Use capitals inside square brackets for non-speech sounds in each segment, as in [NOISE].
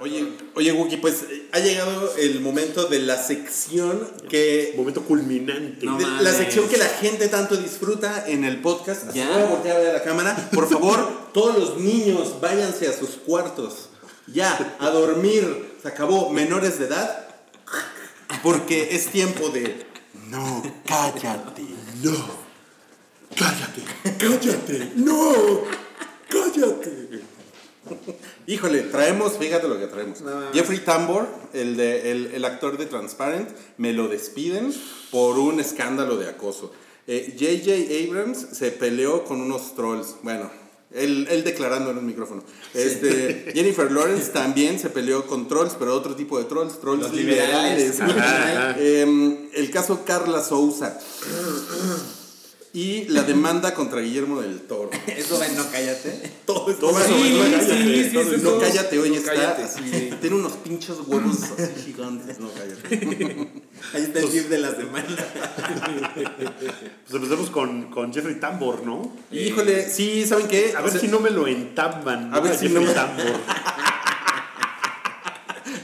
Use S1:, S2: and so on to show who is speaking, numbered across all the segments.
S1: Oye, oye, Wookie, pues eh, ha llegado el momento de la sección que.
S2: Momento culminante.
S1: de
S3: No
S1: la
S3: mames.
S1: sección que la gente tanto disfruta en el podcast. Así
S3: Ya.
S1: voy a voltear a ver a la cámara. Por
S3: [LAUGHS]
S1: favor, todos los niños, váyanse a sus cuartos. Ya, a dormir. Se acabó. Menores de edad. Porque es tiempo de.
S2: No, cállate. No. Cállate. Cállate. No. Cállate.
S1: Híjole, traemos, fíjate lo que traemos.
S3: No.
S1: Jeffrey Tambor, el, de, el, el actor de Transparent, me lo despiden por un escándalo de acoso. Eh, J.J. Abrams se peleó con unos trolls. Bueno, él, él declarando en un micrófono. Este, Jennifer Lawrence también se peleó con trolls, pero otro tipo de trolls, trolls
S3: Los
S1: liberales.
S3: liberales. Ajá,
S1: Em, el caso Carla Souza. Y la demanda contra Guillermo del Toro.
S3: Eso ven, no cállate.
S1: Todo es
S2: Todo es
S1: bueno,
S2: bueno,
S1: no
S2: cállate,
S1: cállate,
S2: sí,
S1: todo
S2: sí,
S1: es-
S2: sí,
S1: no
S2: sí.
S1: cállate hoy
S3: No
S1: está
S3: cállate,
S1: así,
S3: sí.
S1: tiene unos pinchos huevos así
S2: [LAUGHS]
S1: gigantes, no cállate.
S3: Ahí está el gif de las demandas.
S2: Pues empecemos con, con Jeffrey Tambor, ¿no?
S1: Híjole, sí, ¿saben qué?
S2: A
S1: O
S2: ver
S1: sea,
S2: si no me lo entamban.
S1: a ver si
S2: Jeffrey
S1: no me-
S2: Tambor.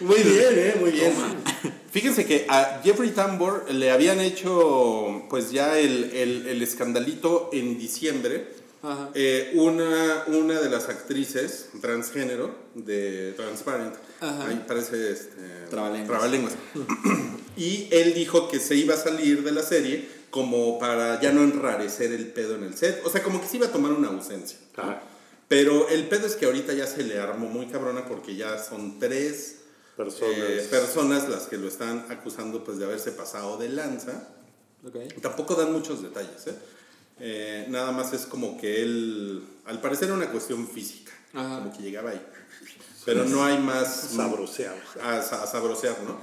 S1: Muy bien, eh, muy bien. [LAUGHS] Fíjense que a Jeffrey Tambor le habían hecho pues ya el, el- el escandalito en diciembre.
S3: Ajá.
S1: Eh, una, una de las actrices transgénero de Transparent.
S3: Ajá.
S1: Ahí parece este, [CLEARS THROAT]
S3: Trabalenguas.
S1: trabalenguas. Y él dijo que se iba a salir de la serie como para ya no enrarecer el pedo en el set. O sea, como que se iba a tomar una ausencia.
S2: Ah,
S1: Pero el pedo es que ahorita ya se le armó muy cabrona porque ya son tres
S2: personas.
S1: eh, personas las que lo están acusando pues de haberse pasado de lanza. Tampoco dan muchos detalles, ¿eh? Eh, nada más es como que él, al parecer era una cuestión física,
S3: Ajá.
S1: como que llegaba ahí. Pero no hay
S3: [LAUGHS]
S1: más... mm,
S2: Sabroseado.
S1: A, sa- a sabrosear, ¿no?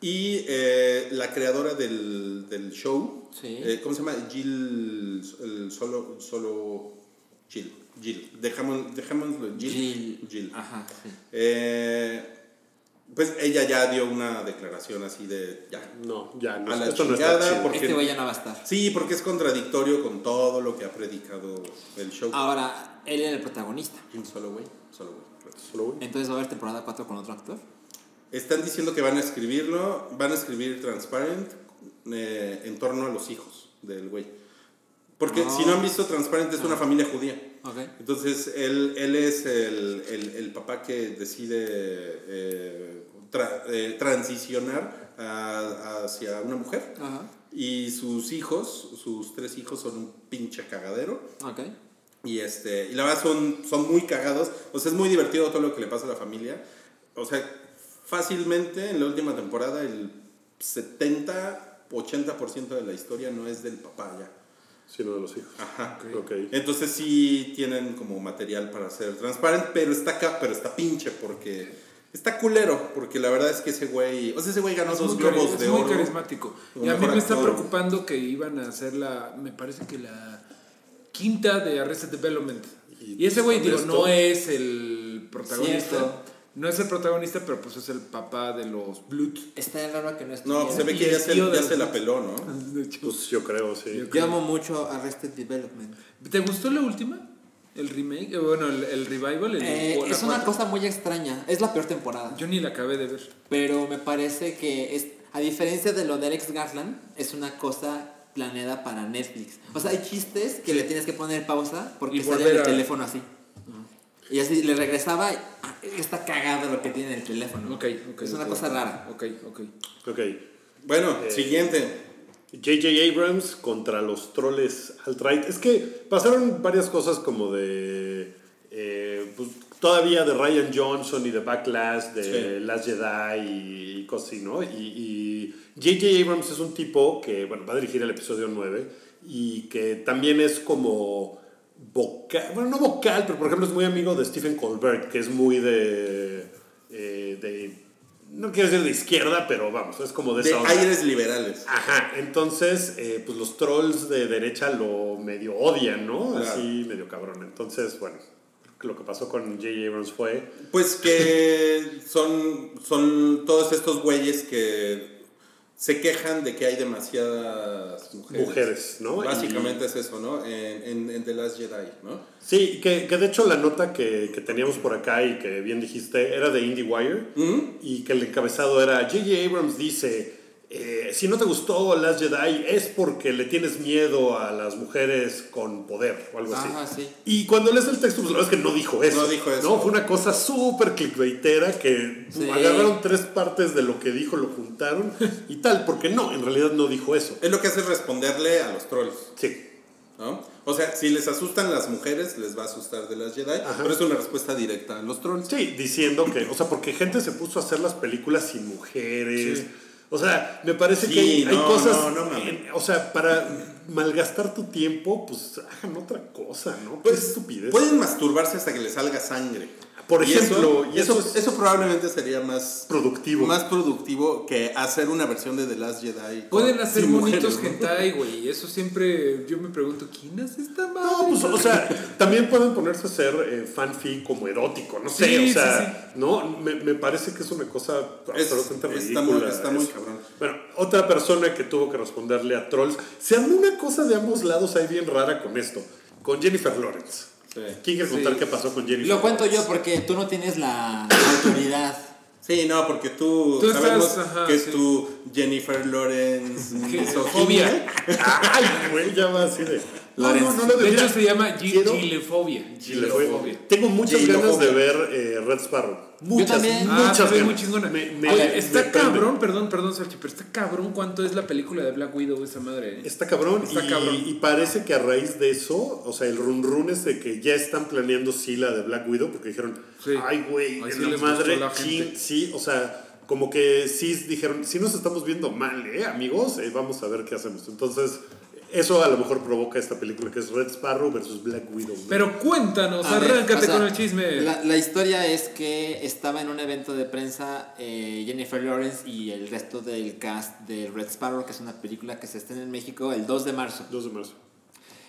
S1: Y eh, la creadora del, del show,
S3: Sí.
S1: eh, ¿cómo se llama? Jill, el solo, solo Jill, Jill, dejamos, dejémoslo, Jill.
S3: Jill.
S1: Jill.
S3: Ajá, sí.
S1: Eh, pues ella ya dio una declaración así de, ya,
S2: No, ya no.
S1: A la
S2: esto no
S1: chingada,
S2: está chido.
S1: porque-
S3: Este güey ya no va a estar.
S1: Sí, porque es contradictorio con todo lo que ha predicado el show.
S3: Ah. Ahora, él era el protagonista.
S1: Solo güey, solo güey.
S2: Solo voy.
S3: Entonces va a haber temporada 4 con otro actor.
S1: Están diciendo que van a escribirlo, van a escribir Transparent eh, en torno a los hijos del güey. Porque
S3: No.
S1: si no han visto Transparent es una familia judía.
S3: Ok.
S1: Entonces él, él es el, el- el papá que decide eh, tra- eh, transicionar a- hacia una mujer.
S3: Ajá.
S1: Y sus hijos, sus tres hijos son un pinche cagadero.
S3: Ok.
S1: Y este, y la verdad son, son muy cagados. O sea, es muy divertido todo lo que le pasa a la familia. O sea, fácilmente en la última temporada el 70, 80% de la historia no es del papá ya.
S2: Sino de los hijos.
S1: Ajá.
S2: Ok.
S1: Entonces sí tienen como material para ser transparente, pero está acá, pero está pinche porque está culero, porque la verdad es que ese güey, o sea, ese güey ganó
S4: Es
S1: dos
S4: muy, cari-
S1: globos
S4: es
S1: de
S4: muy
S1: oro.
S4: carismático.
S1: Como
S4: Y a mí
S1: mejor
S4: me está
S1: actor.
S4: preocupando que iban a hacer la, me parece que la quinta de Arrested Development.
S2: Y
S4: Y, ese güey,
S2: con
S4: digo,
S2: esto-
S4: no es el protagonista.
S3: Cierto.
S4: No es el protagonista, pero pues es el papá de los Blood. [LAUGHS]
S3: Está raro que no esté.
S1: No, pues se ve que ya se,
S4: tío
S1: ya
S4: del-
S1: se la peló, ¿no?
S2: Pues yo creo, sí.
S4: Yo-
S3: Yo amo mucho Arrested Development.
S4: ¿Te gustó la última? ¿El remake? Eh, Bueno, el, el revival. El,
S3: Eh,
S4: o la
S3: es una
S4: cuarta.
S3: cosa muy extraña. Es la peor temporada.
S4: Yo ni la acabé de ver.
S3: Pero me parece que es, a diferencia de lo de Alex Garland, es una cosa planeada para Netflix. O sea, hay chistes que le tienes que poner pausa porque
S4: Y
S3: sale
S4: volver
S3: el
S4: a-
S3: teléfono así. Y así le regresaba, y, ah, está cagado lo que tiene el teléfono.
S4: Ok, ok.
S3: Es una
S4: ok.
S3: cosa rara.
S4: Ok, ok.
S2: Ok.
S1: Bueno,
S2: Eh,
S1: siguiente.
S2: J.J. Abrams contra los troles alt-right. Es que pasaron varias cosas como de. eh, pues, todavía de Ryan Johnson y de Backlash, de
S1: Sí.
S2: Last Jedi y, y cosas así, ¿no? Y- Y J.J. Abrams es un tipo que, bueno, va a dirigir el episodio 9 y que también es como vocal, bueno, no vocal, pero por ejemplo es muy amigo de Stephen Colbert, que es muy de. eh, de no quiero decir de izquierda, pero vamos, es como de,
S1: De
S2: esa onda.
S1: aires liberales.
S2: Ajá, entonces, eh, pues los trolls de derecha lo medio odian, ¿no?
S1: Claro.
S2: Así medio cabrón. Entonces, bueno, lo que pasó con J.J. Abrams fue. [LAUGHS]
S1: Pues que son, son todos estos güeyes que se quejan de que hay demasiadas mujeres.
S2: Mujeres, ¿no?
S1: Básicamente es eso, ¿no? En, en, en The Last Jedi, ¿no?
S2: Sí, que, que de hecho la nota que, que teníamos por acá y que bien dijiste era de IndieWire y que el encabezado era J.J. Abrams dice, eh, si no te gustó Last Jedi es porque le tienes miedo a las mujeres con poder o algo
S3: Ajá,
S2: así.
S3: sí.
S2: Y cuando lees el texto, pues la verdad es que no dijo eso.
S1: No dijo eso.
S2: Fue una cosa súper clickbaitera que
S3: Sí.
S2: agarraron tres partes de lo que dijo, lo juntaron y tal, porque no, en realidad no dijo eso.
S1: Es lo que hace es responderle a los trolls,
S2: Sí.
S1: ¿no? O sea, si les asustan las mujeres, les va a asustar The Last Jedi,
S2: Ajá.
S1: pero es una respuesta directa a los trolls.
S2: Sí, diciendo que, o sea, porque gente se puso a hacer las películas sin mujeres. O sea, me parece
S1: Sí,
S2: que hay, hay
S1: no,
S2: cosas,
S1: no, no mames.
S2: en- o sea, para malgastar tu tiempo, pues hagan otra cosa, ¿no? Qué
S1: Pues,
S2: estupidez.
S1: Pueden masturbarse hasta que les salga sangre.
S2: Por
S1: Y
S2: ejemplo,
S1: eso-
S2: y eso
S1: eso,
S2: es-
S1: eso probablemente sería más
S2: productivo.
S1: más productivo que hacer una versión de The Last Jedi. con-
S4: Pueden hacer
S1: sin mujeres,
S4: bonitos
S1: ¿no?
S4: hentai, güey. Eso siempre yo me pregunto, ¿quién hace esta madre?
S2: No, pues, o sea, también pueden ponerse a hacer eh, fanfic como erótico, no sé,
S4: Sí,
S2: o sea, no, me, me parece que es una cosa
S1: Es-
S2: absolutamente
S1: está
S2: ridícula.
S1: muy- está muy
S2: eso.
S1: cabrón.
S2: Bueno, otra persona que tuvo que responderle a trolls, se armó una cosa de ambos lados ahí bien rara con esto, con Jennifer Lawrence.
S1: Sí.
S2: ¿Quién quiere contar
S4: Sí.
S2: qué pasó con Jennifer?
S3: Lo cuento yo porque tú no tienes la autoridad.
S1: Sí, no, porque tú,
S4: Tú
S1: sabemos
S4: estás- ajá,
S1: que es
S4: sí.
S1: tu Jennifer
S4: [LAUGHS]
S1: Lawrence
S4: Que-
S1: misoginia.
S2: [LAUGHS] Ay, güey, ya va así de. No, no, no lo
S4: de
S2: debería-
S4: hecho se llama gi-
S2: Quiero-
S4: gilefobia.
S2: Gilefobia. Tengo muchas ganas
S1: Gilefobia.
S2: de ver eh, Red Sparrow. Muchas,
S3: también.
S4: Ah,
S2: muchas
S4: se ve
S2: ganas.
S4: muy chingona.
S2: Me- me-
S4: Oye,
S2: me
S4: está
S2: prende.
S4: cabrón, perdón, perdón, Salchi, pero está cabrón cuánto es la película de Black Widow esa madre. eh?
S2: Está cabrón.
S4: Está
S2: y,
S4: cabrón.
S2: y parece que a raíz de eso, o sea, el run run es de que ya están planeando sí la de Black Widow, porque dijeron,
S4: Sí.
S2: ay, güey,
S4: Ay,
S2: en
S4: sí
S2: la
S4: les gustó
S2: madre,
S4: la
S2: sí,
S4: gente".
S2: sí, o sea, como que sí dijeron, sí nos estamos viendo mal, ¿eh, amigos? Eh, vamos a ver qué hacemos. Entonces, eso a lo mejor provoca esta película que es Red Sparrow versus Black Widow. ¿no?
S4: Pero cuéntanos,
S3: A ver,
S4: arráncate
S3: o sea,
S4: con el chisme.
S3: La, la historia es que estaba en un evento de prensa eh, Jennifer Lawrence y el resto del cast de Red Sparrow, que es una película que se estrena en México el 2 de marzo.
S2: 2 de marzo.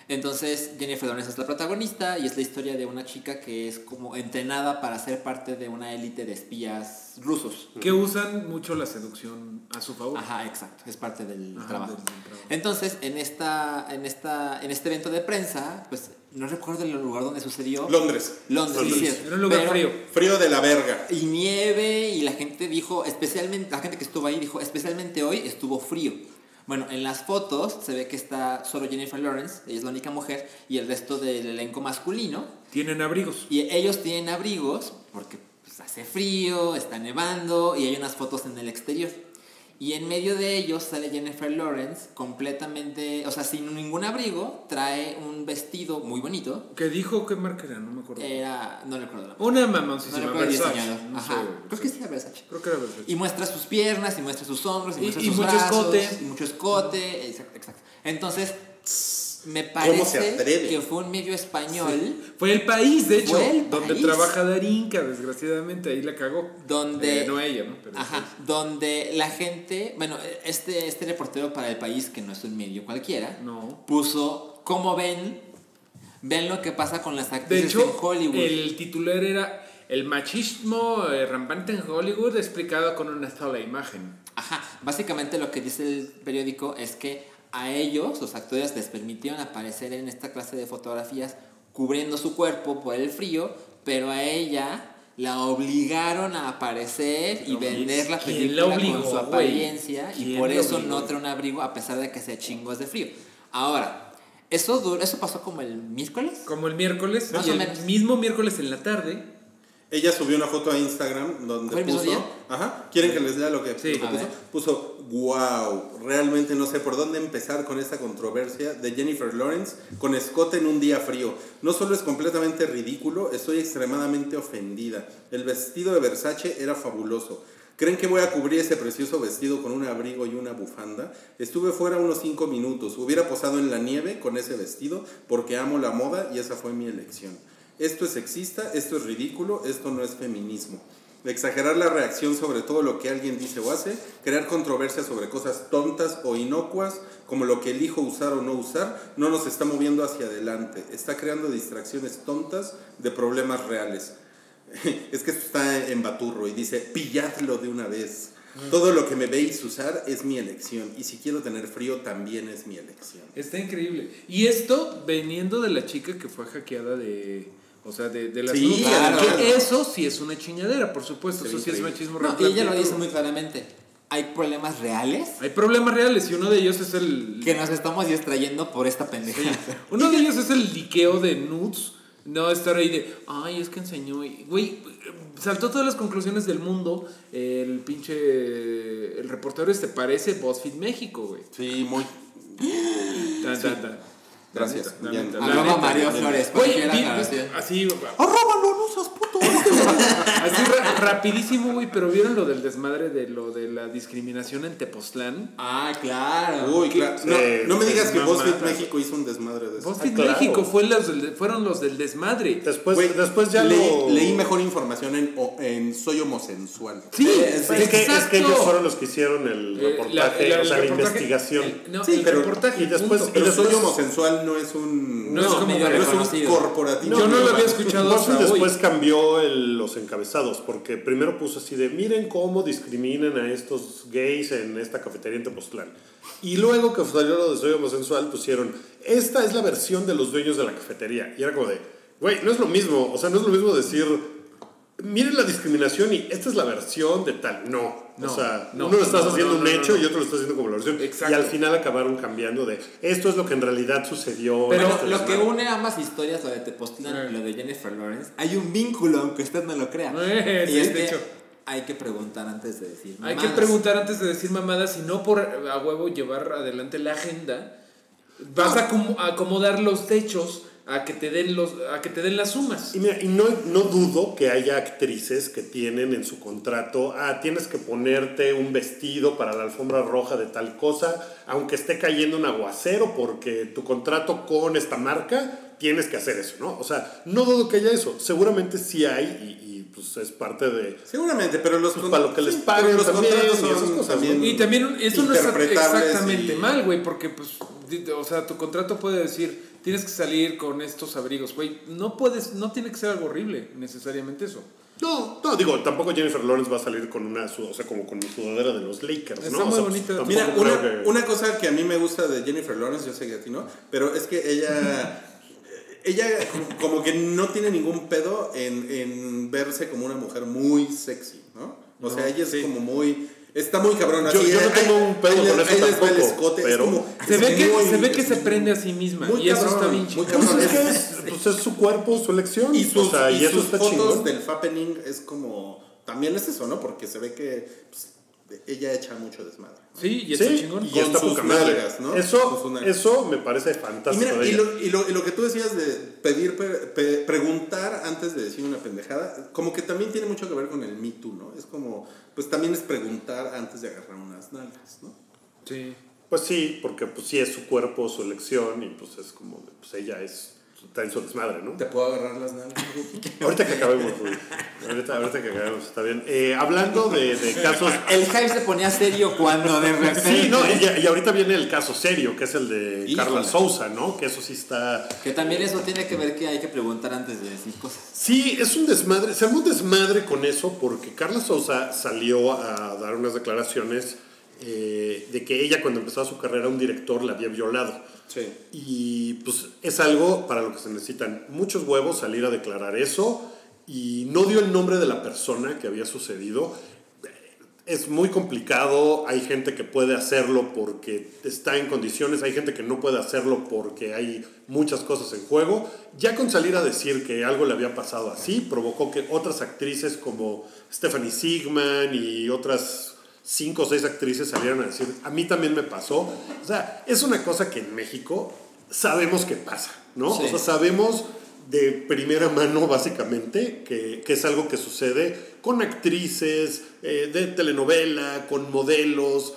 S3: Entonces Jennifer Lawrence es la protagonista y es la historia de una chica que es como entrenada para ser parte de una élite de espías rusos.
S4: que usan mucho la seducción a su favor.
S3: Ajá, exacto, es parte del
S4: Ajá,
S3: trabajo.
S4: del- del trabajo.
S3: Entonces, en esta en esta en este evento de prensa, pues no recuerdo el lugar donde sucedió.
S1: Londres.
S3: Londres, sí,
S2: Londres.
S3: cierto.
S4: Era un lugar
S3: Pero-
S4: frío.
S1: Frío de la verga.
S3: y nieve y la gente dijo, especialmente, la gente que estuvo ahí dijo, especialmente hoy estuvo frío. Bueno, en las fotos se ve que está solo Jennifer Lawrence, ella es la única mujer, y el resto del elenco masculino.
S4: Tienen abrigos.
S3: Y ellos tienen abrigos porque pues, hace frío, está nevando y hay unas fotos en el exterior. Y en medio de ellos sale Jennifer Lawrence completamente, o sea, sin ningún abrigo, trae un vestido muy bonito.
S4: Que dijo que marca era, no me acuerdo.
S3: Era, no recuerdo la
S4: Una
S3: No
S4: mamoncísima
S3: recuerdo el
S4: Versace,
S3: Eh, diseñador.
S4: no
S3: Ajá.
S4: sé,
S3: Creo que sí era Versace.
S4: Creo que era Versace.
S3: Y muestra sus piernas, y muestra sus hombros, y,
S4: Y-
S3: muestra
S4: y
S3: sus
S4: mucho
S3: brazos,
S4: escote.
S3: y mucho escote, exacto, exacto. Entonces, me parece
S1: atreve?
S3: que fue un medio español
S4: Fue el país, de hecho,
S3: Fue el
S4: donde
S3: país.
S4: trabaja Darinka, desgraciadamente, ahí la cagó.
S3: Donde-
S4: Eh, no ella, ¿no? Pero
S3: ajá, donde la gente, bueno, este, este reportero para el país, que no es un medio cualquiera,
S4: No.
S3: puso, como ven, ven lo que pasa con las
S4: De
S3: actrices en
S4: hecho,
S3: Hollywood.
S4: el titular era El machismo eh, rampante en Hollywood explicado con una sola imagen.
S3: Ajá, básicamente lo que dice el periódico es que a ellos, los actores, les permitieron aparecer en esta clase de fotografías cubriendo su cuerpo por el frío, pero a ella la obligaron a aparecer y
S4: No,
S3: vender la
S4: ¿quién
S3: película
S4: la obligó,
S3: con su
S4: güey?
S3: apariencia y
S4: ¿Quién
S3: por
S4: la
S3: eso
S4: obligó?
S3: no trae un abrigo a pesar de que sea chingos de frío. Ahora, eso, dur- eso pasó como el miércoles.
S4: Como el miércoles,
S3: Más
S4: y
S3: o
S4: el
S3: menos.
S4: mismo miércoles en la tarde,
S1: Ella subió una foto a Instagram donde
S3: ¿Fue el mismo
S1: puso.
S3: día?
S1: Ajá. ¿Quieren que les lea lo que,
S4: Sí.
S1: lo que
S3: A
S1: puso?
S3: ver.
S1: Puso, wow, realmente no sé por dónde empezar con esta controversia de Jennifer Lawrence con escote en un día frío. No solo es completamente ridículo, estoy extremadamente ofendida. El vestido de Versace era fabuloso. ¿Creen que voy a cubrir ese precioso vestido con un abrigo y una bufanda? Estuve fuera unos 5 minutos. Hubiera posado en la nieve con ese vestido porque amo la moda y esa fue mi elección. Esto es sexista, esto es ridículo, esto no es feminismo. Exagerar la reacción sobre todo lo que alguien dice o hace, crear controversia sobre cosas tontas o inocuas, como lo que elijo usar o no usar, no nos está moviendo hacia adelante, está creando distracciones tontas de [LAUGHS] problemas reales. Es que esto está en Baturro y dice, pilladlo de una vez. Todo lo que me veis usar es mi elección. Y si quiero tener frío, también es mi elección.
S4: Está increíble. Y esto veniendo de la chica que fue hackeada de. O sea, de, de la
S1: Sí, claro.
S4: Que eso sí es una chingadera, por supuesto.
S1: Sí,
S4: eso sí es
S1: increíble.
S4: machismo
S3: No, y
S4: real.
S3: ella lo dice muy claramente. Hay problemas reales
S4: Hay problemas reales y uno de ellos es el.
S3: que nos estamos distrayendo por esta pendeja.
S4: Uno de ellos es el liqueo de nudes. No estar ahí de, ay, es que enseñó. y- Güey, saltó todas las conclusiones del mundo. El pinche. El reportero este parece BuzzFeed México, güey.
S1: Sí, muy.
S4: Tan, tan, tan.
S1: Gracias.
S4: La
S1: Ya.
S4: neta, la
S3: Arroba
S4: neta.
S3: Mario Flores,
S4: Güey,
S3: cualquiera
S4: di-
S3: aclaración.
S4: así,
S1: ¡Arróbalo, no seas puto!
S4: así ra- rapidísimo, güey, pero vieron lo del desmadre de lo de la discriminación en Tepoztlán.
S3: Ah, claro.
S1: Uy, claro. No,
S2: Sí,
S1: no me
S2: sí,
S1: digas que
S2: mamá.
S1: BuzzFeed México hizo un desmadre de eso. Ah,
S4: BuzzFeed
S2: Ah, claro.
S4: México fue los del- fueron los del desmadre.
S2: Después,
S1: Güey,
S2: pues, después ya
S1: leí,
S2: lo-
S1: leí mejor información en, o- en Soy Homosensual.
S4: Sí,
S2: Es que, es que ellos fueron los que hicieron el
S4: Eh,
S2: reportaje,
S4: la- la-
S2: o sea, la
S4: el reportaje-
S2: investigación.
S4: el- no,
S1: Sí,
S4: el
S1: pero-
S4: reportaje.
S2: y después-
S4: punto.
S1: Pero
S2: y
S1: Soy
S2: después-
S1: Homosensual no es un.
S4: No es como
S1: un-
S4: medio
S1: es un
S3: reconocido.
S1: corporativo.
S4: Yo no lo había
S1: Bueno,
S4: escuchado
S2: Buffy
S4: hasta hoy.
S2: después cambió el- los encabezados, porque primero puso así de, miren cómo discriminan a estos gays en esta cafetería en Tepoztlán. Y luego que salió lo de soy homosensual, pusieron, esta es la versión de los dueños de la cafetería. Y era como de, güey, no es lo mismo, o sea, no es lo mismo decir, miren la discriminación y esta es la versión de tal. No.
S4: No,
S2: o sea,
S4: no,
S2: uno lo estás
S4: no,
S2: haciendo
S4: no,
S2: un
S4: no, no,
S2: hecho
S4: no.
S2: y otro lo está haciendo como la versión.
S4: Exacto.
S2: Y al final acabaron cambiando de esto es lo que en este realidad sucedió.
S3: Pero
S2: esto es
S3: lo que
S2: malo".
S3: une ambas historias, lo de Tepoztlán
S4: Sí.
S3: y lo de Jennifer Lawrence, hay un vínculo, aunque usted no lo crea.
S4: Eh,
S3: y
S4: sí,
S3: es
S4: de
S3: que
S4: hecho.
S3: hay que preguntar antes de decir.
S4: Hay que
S3: mamadas.
S4: preguntar antes de decir mamadas y no por eh, a huevo llevar adelante la agenda. Vas a acom- a acomodar los techos a que te den los a que te den las sumas.
S2: Y mira, y no, no dudo que haya actrices que tienen en su contrato, ah, tienes que ponerte un vestido para la alfombra roja de tal cosa, aunque esté cayendo un aguacero, porque tu contrato con esta marca tienes que hacer eso, ¿no? O sea, no dudo que haya eso. Seguramente sí hay y, y, pues es parte de...
S1: Seguramente, pero los
S2: Pues para lo que les paguen
S1: pero
S2: también
S1: contratos
S2: y esas cosas,
S4: Y también eso no está
S1: interpretables
S4: exactamente
S1: y-
S4: mal, güey, porque pues di- o sea, tu contrato puede decir, tienes que salir con estos abrigos, güey. No puedes no tiene que ser algo horrible necesariamente eso.
S2: No, no, digo, tampoco Jennifer Lawrence va a salir con una, sud- o sea, como con mi sudadera de los Lakers, ¿no?
S4: Está
S2: O
S4: muy
S2: sea,
S4: bonita.
S2: tampoco
S1: Mira,
S2: creo
S1: una,
S2: que-
S1: una cosa que a mí me gusta de Jennifer Lawrence, yo sé que a ti no, pero es que ella.
S2: [LAUGHS]
S1: Ella como- como que no tiene ningún pedo en, en verse como una mujer muy sexy, ¿no? O sea, ella es como muy. Está muy cabrón.
S2: Yo-
S1: así,
S2: yo no
S1: eh,
S2: tengo
S1: ahí-
S2: un pedo
S1: ahí
S2: con
S1: le-
S2: eso
S1: ahí les va el
S2: tampoco,
S1: escote, es
S2: pero-
S1: como-
S4: Se
S1: es
S4: ve que
S1: muy-
S4: se ve que se prende a sí misma
S1: muy
S4: y eso
S1: cabrón,
S4: está bien chido.
S1: muy cabrón.
S2: Pues es que es, pues es su cuerpo, su elección.
S1: Y sus,
S2: o sea,
S1: y
S2: y, eso
S1: sus
S2: está
S1: fotos
S2: chingón.
S1: del Fappening es como. También es eso, ¿no? Porque se ve que pues, ella echa mucho desmadre.
S4: Sí, y
S2: Sí,
S4: está chingón.
S2: y
S1: Con
S2: está
S1: sus
S2: poca madre.
S1: nalgas, ¿no? Con sus
S2: Eso,
S1: nalgas.
S2: eso me parece
S1: Y
S2: fantástico.
S1: mira,
S2: de
S1: y
S2: ella.
S1: lo, y lo- y lo que tú decías de pedir, per- pe- preguntar antes de decir una pendejada, como que también tiene mucho que ver con el Me Too, ¿no? Es como, pues también es preguntar antes de agarrar unas nalgas, ¿no?
S4: Sí.
S2: Pues sí, porque pues sí es su cuerpo, su elección, y pues es como, de, pues ella es, está en su
S1: [LAUGHS]
S2: desmadre, ¿no?
S1: ¿Te puedo agarrar las nalgas? [LAUGHS]
S2: Ahorita que acabemos, güey. Ahorita, ahorita que acabemos, está bien. Eh, hablando
S1: [LAUGHS]
S2: de, de casos...
S3: El hype se ponía serio cuando
S4: [LAUGHS]
S3: de repente.
S2: Sí, no, y, y ahorita viene el caso serio, que es el de
S1: Híjole.
S2: Carla Sousa, ¿no? Que eso sí está...
S3: Que también eso tiene que ver que hay que preguntar antes de decir cosas.
S2: Sí, es un desmadre, se armó un desmadre con eso porque Carla Sousa salió a dar unas declaraciones eh, de que ella cuando empezaba su carrera un director la había violado.
S1: Sí.
S2: Y pues es algo para lo que se necesitan muchos huevos salir a declarar eso y no dio el nombre de la persona que había sucedido. Es muy complicado, hay gente que puede hacerlo porque está en condiciones, hay gente que no puede hacerlo porque hay muchas cosas en juego. Ya con salir a decir que algo le había pasado así, provocó que otras actrices como Stephanie Sigman y otras cinco o seis actrices salieran a decir, a mí también me pasó. O sea, es una cosa que en México sabemos que pasa, ¿no?
S3: Sí.
S2: O sea, sabemos de primera mano, básicamente, que, que es algo que sucede con actrices, eh, de telenovela, con modelos.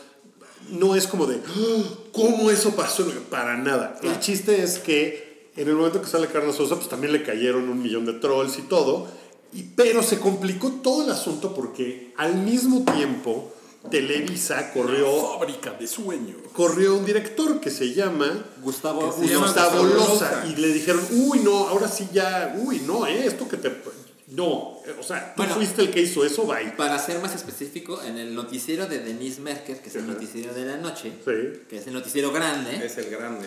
S2: No es como de, "Ah, ¿cómo eso pasó? Para nada. El chiste es que en el momento que sale Carlos Sosa, pues también le cayeron un millón de trolls y todo. Y, pero se complicó todo el asunto porque al mismo tiempo Televisa corrió,
S1: Fábrica de sueño.
S2: corrió un director que se llama
S3: Gustavo.
S4: se llama
S2: Gustavo
S4: Gustavo
S2: Loza.
S4: Loza.
S2: Y le dijeron, uy, no, ahora sí ya, uy, no, eh, esto que te. No, eh, o sea, tú
S3: Bueno.
S2: fuiste el que hizo eso, bye.
S3: Para ser más específico, en el noticiero de Denise Merker, que es el
S2: Ajá.
S3: noticiero de la noche,
S2: Sí.
S3: que es el noticiero grande,
S1: Es el grande.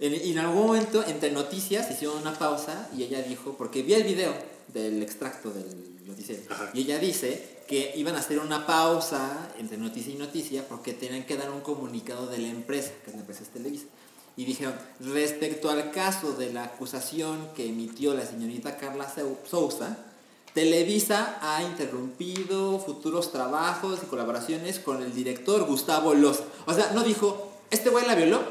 S3: en, y en algún momento, entre noticias, hicieron una pausa y ella dijo, porque vi el video del extracto del noticiero,
S2: Ajá.
S3: y ella dice que iban a hacer una pausa entre noticia y noticia porque tenían que dar un comunicado de la empresa, que es la empresa es Televisa. Y dijeron, respecto al caso de la acusación que emitió la señorita Carla Seu- Sousa, Televisa ha interrumpido futuros trabajos y colaboraciones con el director Gustavo Loza. O sea, no dijo, este güey la violó,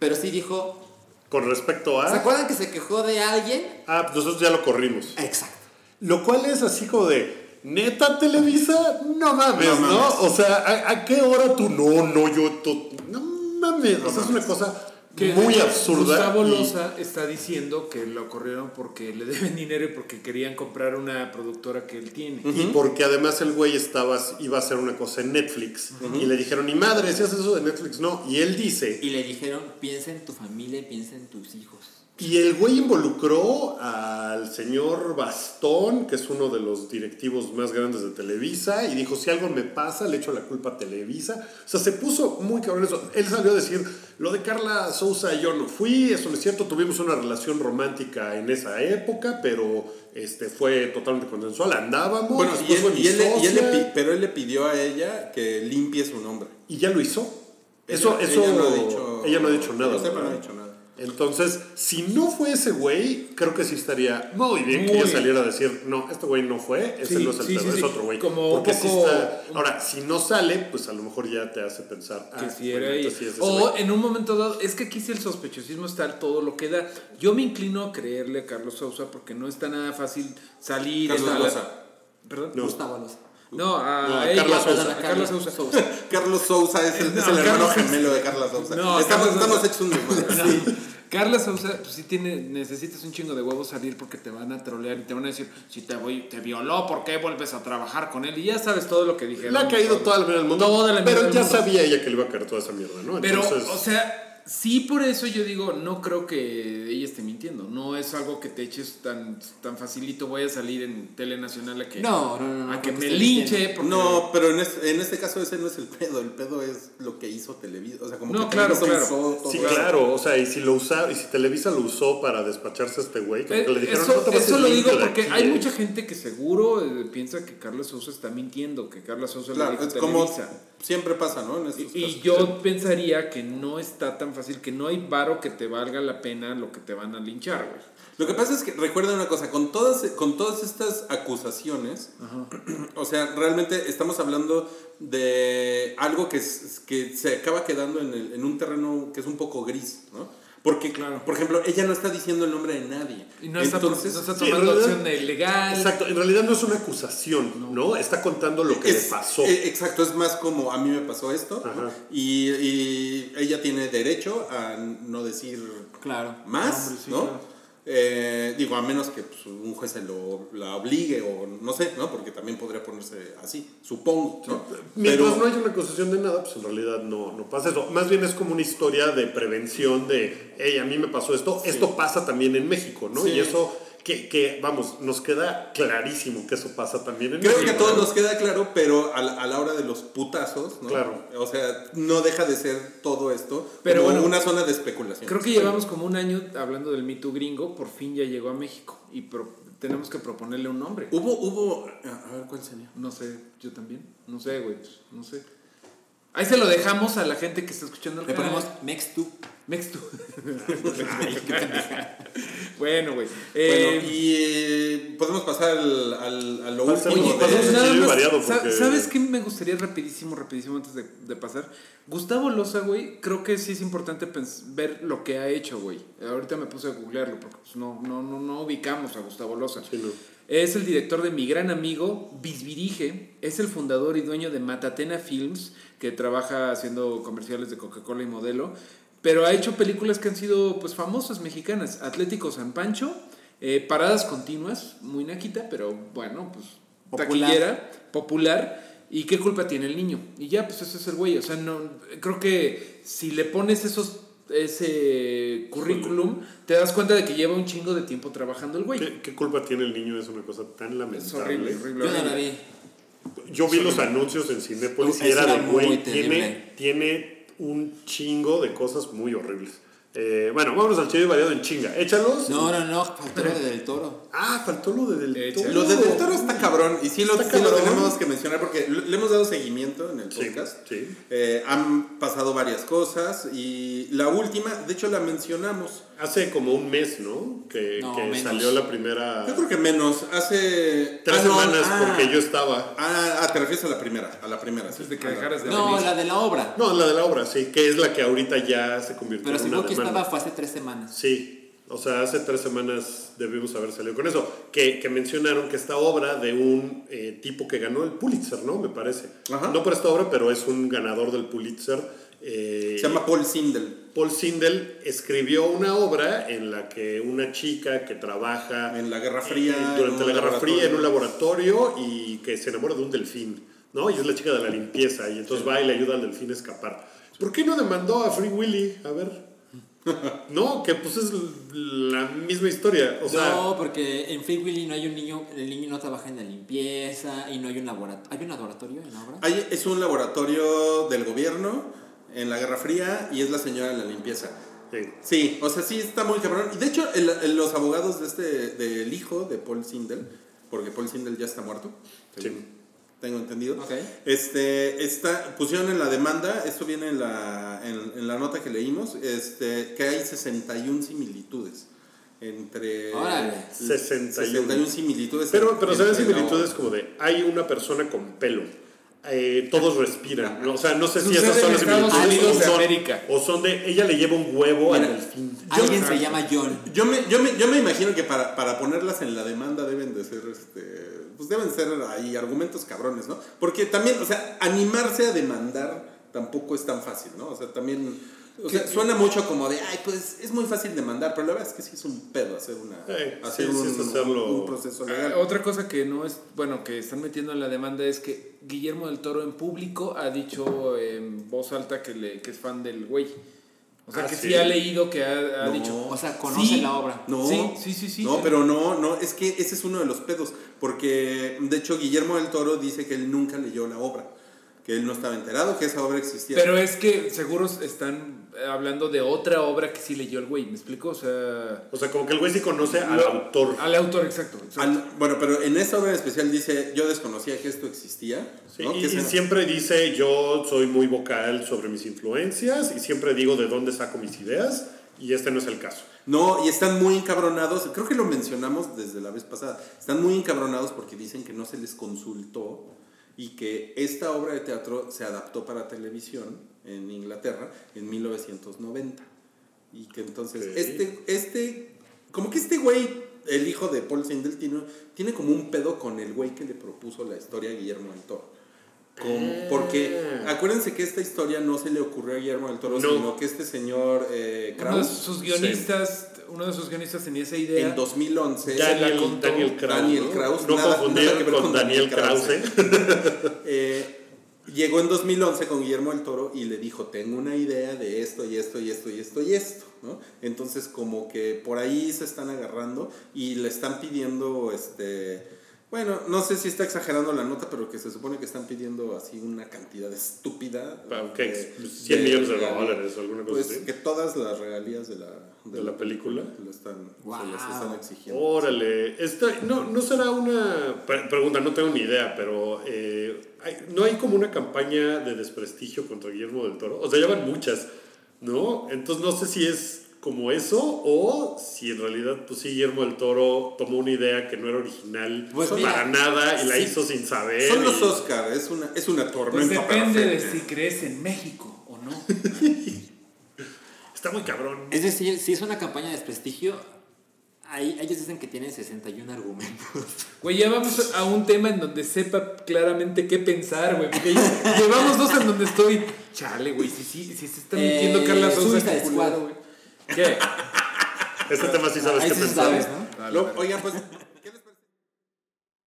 S3: pero sí dijo,
S2: Con respecto
S3: ¿se
S2: a.
S3: acuerdan que se quejó de alguien?
S2: Ah, pues nosotros ya lo corrimos.
S3: Exacto.
S2: Lo cual es así como de. Neta Televisa, no mames,
S1: No
S2: ¿no?
S1: mames.
S2: O sea, ¿a, a qué hora tú no, no, yo, tú- no mames? o sea, es una cosa
S4: Que
S2: muy
S4: de hecho,
S2: absurda.
S4: Gustavo
S2: y-
S4: Loza está diciendo que lo corrieron porque le deben dinero y porque querían comprar una productora que él tiene.
S2: Y porque además el güey estaba, iba a hacer una cosa en Netflix. Y le dijeron, ni madre, si haces eso de Netflix, no. Y él dice,
S3: Y le dijeron, piensa en tu familia y piensa en tus hijos.
S2: y el güey involucró al señor Bastón, que es uno de los directivos más grandes de Televisa, y dijo, si algo me pasa, le echo la culpa a Televisa. O sea, se puso muy cabrón eso. Él salió a decir, lo de Carla Sousa yo no fui, eso no es cierto, tuvimos una relación romántica en esa época, pero este, fue totalmente consensual, andábamos.
S1: Bueno, y
S2: después
S1: él,
S2: fue mi
S1: y él le- y él le
S2: socia".
S1: pi- pero él le pidió a ella que limpie su nombre.
S2: y ya lo hizo.
S1: Ella-
S2: Eso,
S1: ella
S2: eso,
S1: no ha dicho-
S2: ella no ha dicho
S1: que
S2: nada.
S1: yo sepa, no ha
S2: ¿verdad?
S1: dicho nada.
S2: Entonces, si no fue ese güey, creo que sí estaría muy bien que
S4: Muy
S2: ella
S4: bien.
S2: saliera a decir, no, este güey no fue, ese
S4: Sí,
S2: no es el
S4: sí,
S2: pedo,
S4: sí,
S2: es
S4: sí.
S2: otro güey.
S4: Como un
S2: Porque sí
S4: poco-
S2: está- Ahora, si no sale, pues a lo mejor ya te hace pensar
S4: que
S2: ah,
S4: si
S2: bueno,
S4: era ella.
S2: entonces sí es ese güey.
S4: O en un momento dado, es que aquí sí el sospechosismo está a todo lo que da. Yo me inclino a creerle a Carlos Sousa porque no está nada fácil salir.
S1: Carlos
S4: está la-
S1: Loza.
S4: ¿Perdón?
S2: No.
S3: Gustavo Loza.
S4: No, a,
S2: No, a
S4: a ella,
S2: Carla
S4: perdón,
S2: Sousa.
S4: a Carlos Sousa.
S1: Carlos Sousa es el,
S4: No,
S1: es el hermano
S4: Carlos-
S1: gemelo de Carla Sousa.
S4: No,
S1: estamos,
S4: Carlos
S1: estamos
S4: Sousa.
S1: hechos un desmadre.
S4: Carla Sousa, pues sí tiene, necesitas un chingo de huevos salir porque te van a trolear y te van a decir, si te voy, te violó, ¿por qué vuelves a trabajar con él? Y ya sabes todo lo que dijeron.
S2: Le ha caído toda la mierda del mundo.
S4: Toda la mierda
S2: pero
S4: del
S2: ya
S4: mundo.
S2: sabía ella que le iba a caer toda esa mierda, ¿no?
S4: Pero,
S2: Entonces,
S4: o sea, sí por eso yo digo, no creo que ella esté mintiendo. No es algo que te eches tan, tan facilito, voy a salir en Telenacional a que,
S3: No, no, no, no,
S4: a que
S3: creo
S4: me
S3: que esté
S4: linche.
S3: mintiendo.
S4: porque-
S1: No, pero en, es- en este caso ese no es el pedo. El pedo es lo que hizo Televisa. O sea, como
S4: No,
S1: que
S4: claro,
S1: Televisa
S4: claro.
S1: usó todo
S2: sí,
S1: eso.
S2: claro. O sea, y si lo usaba, y si Televisa lo usó para despacharse a este güey, como
S4: Eh,
S2: que le dijeron, no
S4: eso
S2: te vas a
S4: eso lo
S2: ir
S4: digo
S2: de
S4: porque
S2: aquí,
S4: hay
S2: ¿eh?".
S4: mucha gente que seguro eh, piensa que Carlos Sousa está mintiendo, que Carlos Sousa
S1: Claro,
S4: le dijo
S1: es como
S4: Televisa.
S1: siempre pasa, ¿no? En estos
S4: Y-
S1: casos.
S4: Y yo pensaría que no está tan fácil, que no hay varo que te valga la pena lo que te van a linchar, güey.
S1: Lo que pasa es que recuerda una cosa, con todas, con todas estas acusaciones, [CLEARS THROAT] o sea, realmente estamos hablando de algo que, es- que se acaba quedando en, el- en un terreno que es un poco gris, ¿no? Porque,
S4: Claro.
S1: por ejemplo, ella no está diciendo el nombre de nadie.
S4: Y no está,
S1: Entonces,
S4: no está
S2: sí, en
S4: tomando
S2: realidad-
S4: acción legal.
S2: Exacto, en realidad no es una acusación, ¿no? Está contando lo que
S1: es-
S2: le pasó.
S1: eh, exacto, es más como a mí me pasó esto ¿no?
S2: Ajá.
S1: y, y ella tiene derecho a no decir
S3: Claro.
S1: más,
S4: Hombre, sí,
S1: ¿no?
S4: claro.
S1: Eh, digo, a menos que pues, un juez se lo, la obligue o no sé, ¿no? Porque también podría ponerse así, supongo, ¿no?
S2: Mientras no hay una acusación de nada, pues en realidad no, no pasa eso. Más bien es como una historia de prevención de, hey, a mí me pasó esto, esto pasa también en México, ¿no?
S1: Sí.
S2: Y eso, que, que, vamos, nos queda clarísimo que eso pasa también en
S1: Creo que
S2: México.
S1: a todos
S2: ¿no?
S1: nos queda claro, pero a la, a la hora de los putazos, ¿no?
S2: Claro.
S1: O sea, no deja de ser todo esto
S4: Pero
S1: como
S4: bueno,
S1: una zona de especulación.
S4: Creo que llevamos como un año hablando del Me Too gringo, por fin ya llegó a México y pro- tenemos que proponerle un nombre.
S1: Hubo, hubo, a ver cuál sería.
S4: No sé, yo también. No sé, güey, no sé. Ahí se lo dejamos a la gente que está escuchando el
S3: Le
S4: canal.
S3: ponemos Mex tú.
S4: Mex tú. [LAUGHS] bueno, güey. Eh,
S1: bueno, y eh, podemos pasar al, al- a lo
S2: Pasemos-
S1: último.
S4: Oye, pues,
S1: de-
S2: pasemos
S4: nada
S2: equilibrio
S4: más,
S2: variado,
S4: sa-
S2: porque-
S4: ¿sabes qué me gustaría rapidísimo, rapidísimo antes de, de pasar? Gustavo Loza, güey, creo que sí es importante pens- ver lo que ha hecho, güey. Ahorita me puse a googlearlo porque pues, no, no, no, no ubicamos a Gustavo Loza.
S2: Sí, no.
S4: Es el director de mi gran amigo Bisbirige, es el fundador y dueño de Matatena Films, que trabaja haciendo comerciales de Coca-Cola y modelo, pero ha hecho películas que han sido pues famosas mexicanas, Atlético San Pancho, eh, Paradas Continuas, muy naquita, pero bueno, pues
S3: Popular.
S4: taquillera, popular, y qué culpa tiene el niño. Y ya, pues ese es el güey, o sea, no creo que si le pones esos ese currículum, te das cuenta de que lleva un chingo de tiempo trabajando el güey.
S2: ¿Qué, qué culpa tiene el niño? Es una cosa tan lamentable.
S4: Es horrible, horrible.
S3: Yo no la
S4: horrible.
S3: vi.
S2: Yo vi los anuncios en Cinepolis y
S3: Es
S2: era de
S3: una muy
S2: güey,
S3: terrible.
S2: tiene, tiene un chingo de cosas muy horribles. Eh, bueno, vámonos al chido y variado en chinga. Échalos.
S3: No, no, no, faltó lo de del toro.
S2: Ah, faltó lo de Del
S4: Échalo.
S2: Toro.
S1: Lo de Del Toro está cabrón y sí lo,
S2: Está
S1: sí lo
S2: cabrón.
S1: tenemos que mencionar porque le le hemos dado seguimiento en el
S2: Sí,
S1: podcast.
S2: sí.
S1: Eh, han pasado varias cosas y la última, de hecho la mencionamos.
S2: Hace como un mes, ¿no? Que,
S3: No,
S2: que
S3: menos.
S2: salió la primera.
S1: Yo creo que menos, hace...
S2: Tres
S1: ah, no,
S2: semanas,
S1: ah,
S2: porque yo estaba.
S1: Ah, ah, te refieres a la primera, a la primera. sí.
S4: Antes de que
S1: Ah, la-
S4: dejaras de
S3: No,
S4: venir.
S3: la de la obra.
S2: No, la de la obra, sí, que es la que ahorita ya se convirtió
S3: Pero
S2: en
S3: si
S2: una
S3: no, que
S2: demanda.
S3: estaba fue hace tres semanas.
S2: Sí, o sea, hace tres semanas debimos haber salido con eso. Que, que mencionaron que esta obra de un eh, tipo que ganó el Pulitzer, ¿no? Me parece.
S1: Ajá.
S2: No por esta obra, pero es un ganador del Pulitzer. eh,
S1: Se llama Paul Sindel.
S2: Paul Sindel escribió una obra en la que una chica que trabaja
S1: En la Guerra Fría,
S2: eh,
S1: en
S2: durante
S1: un
S2: la Guerra
S1: laboratorio.
S2: Fría en un laboratorio y que se enamora de un delfín, ¿no? Y es la chica de la limpieza y entonces va y le ayuda al delfín a escapar. ¿Por qué no demandó a Free Willy? A
S4: [LAUGHS]
S2: ver. No, que pues es la misma historia. O sea,
S3: No, porque en Free Willy no hay un niño, el niño no trabaja en la limpieza y no hay un laboratorio. ¿Hay un laboratorio en la obra?
S1: Ahí es un laboratorio del gobierno en la Guerra Fría y es la señora en la limpieza.
S2: sí.
S1: Sí, o sea, sí está muy cabrón. Y de hecho, el- el- los abogados de este, del hijo de Paul Sindel, porque Paul Sindel ya está muerto, según
S2: Sí.
S1: tengo entendido.
S3: Ok.
S1: Este, está, pusieron en la demanda, esto viene en la, en, en la nota que leímos, este, que hay 61 similitudes entre...
S3: Órale.
S2: 61.
S1: 61 similitudes.
S2: Pero, pero se ven
S1: entre la-
S2: similitudes como de hay una persona con pelo. eh, todos respiran. ¿no? O sea, no sé si
S4: Sucede
S2: esas son las
S4: en Estados
S2: similitudes.
S4: Unidos
S2: o,
S4: de
S2: son,
S4: América.
S2: o son de ella le lleva un huevo al
S1: Mira,
S2: delfín.
S3: Alguien se llama John.
S1: Yo me, yo, me, yo me imagino que para, para ponerlas en la demanda deben de ser, este, pues deben ser ahí argumentos cabrones, ¿no? Porque también, o sea, animarse a demandar tampoco es tan fácil, ¿no? O sea, también, o sea, suena mucho como de, ay, pues es muy fácil demandar, pero la verdad es que sí es un pedo hacer una,
S2: Eh,
S1: hacer
S2: sí, sí
S1: un,
S2: es hacerlo-
S1: un proceso legal.
S4: Ah, Otra cosa que no es, bueno, que están metiendo en la demanda es que Guillermo del Toro en público ha dicho en voz alta que, le, que es fan del güey. O sea,
S2: Ah,
S4: que
S2: ¿sí?
S4: sí, ha leído, que ha, ha
S1: No.
S4: dicho.
S3: O sea, conoce
S4: Sí.
S3: la obra.
S1: No,
S4: Sí, sí, sí, sí.
S1: No, pero no, no, es que ese es uno de los pedos, porque de hecho Guillermo del Toro dice que él nunca leyó la obra, que él no estaba enterado que esa obra existía.
S4: Pero es que seguro están hablando de otra obra que sí leyó el güey, ¿me explico? O sea,
S2: O sea, como que el güey sí conoce al
S4: Lo-
S2: autor.
S4: al autor exacto. exacto.
S1: Al- bueno, pero en esta obra en especial dice, yo desconocía que esto existía.
S2: Sí,
S1: ¿no?
S2: y,
S1: Que
S2: y
S1: es en-
S2: siempre dice yo soy muy vocal sobre mis influencias y siempre digo de dónde saco mis ideas y este no es el caso.
S1: No, y están muy encabronados, creo que lo mencionamos desde la vez pasada, están muy encabronados porque dicen que no se les consultó y que esta obra de teatro se adaptó para televisión en Inglaterra en 1990. Y que entonces,
S2: Ok.
S1: este, este, como que este güey, el hijo de Paul Sindel, tiene, tiene como un pedo con el güey que le propuso la historia a Guillermo del Toro.
S2: Ah.
S1: Con- porque acuérdense que esta historia no se le ocurrió a Guillermo del Toro,
S2: No.
S1: sino que este señor eh,
S4: uno de
S1: Kraus
S4: sus guionistas, uno de sus guionistas tenía esa idea.
S1: en 2011
S4: la
S2: Daniel,
S4: contó
S2: Daniel Krause.
S1: Daniel
S2: ¿no?
S1: Krause,
S2: No
S1: nada- nada
S2: confundir
S1: que ver
S2: con,
S1: con
S2: Daniel
S1: Daniel
S2: Krause. [LAUGHS]
S1: eh, llegó en 2011 con Guillermo del Toro y le dijo, tengo una idea de esto y esto y esto y esto y esto, ¿no? Entonces como que por ahí se están agarrando y le están pidiendo, este, bueno, no sé si está exagerando la nota, pero que se supone que están pidiendo así una cantidad estúpida.
S2: Pa- Ah, ok,
S1: Eh, de-
S2: 100 millones de
S1: regalías.
S2: dólares, alguna cosa
S1: Pues
S2: así.
S1: que todas las regalías de la,
S2: ¿De la película?
S1: lo están, se
S3: Wow.
S1: las están exigiendo.
S2: Órale, Esta- no, no será una pre- pregunta, no tengo ni idea, pero eh, hay- no hay como una campaña de desprestigio contra Guillermo del Toro. O sea, llevan muchas, ¿no? Entonces no sé si es como eso o si en realidad, pues sí, Guillermo del Toro tomó una idea que no era original
S3: Pues
S2: para
S3: mira,
S2: nada y la
S3: sí.
S2: hizo sin saber.
S1: Son los
S2: y-
S1: Oscar, es una, es una
S4: Pues
S1: tormenta
S4: depende de
S1: perfecta.
S4: si crees en México o no.
S2: Está muy cabrón.
S3: Es decir, si es una campaña de desprestigio, ahí, ellos dicen que tienen 61 argumentos.
S4: Güey, ya vamos a un tema en donde sepa claramente qué pensar, güey. Porque ya- llevamos dos en donde estoy. Chale, güey, si sí, sí, se está mintiendo
S3: Eh,
S4: Carla Sousa.
S3: Suicide
S4: qué culero,
S3: Squad.
S4: güey. ¿Qué?
S2: Este tema sí sabes
S3: ahí
S2: qué
S3: sí
S2: pensar.
S3: sabes, ¿no?
S1: Lo- oigan, pues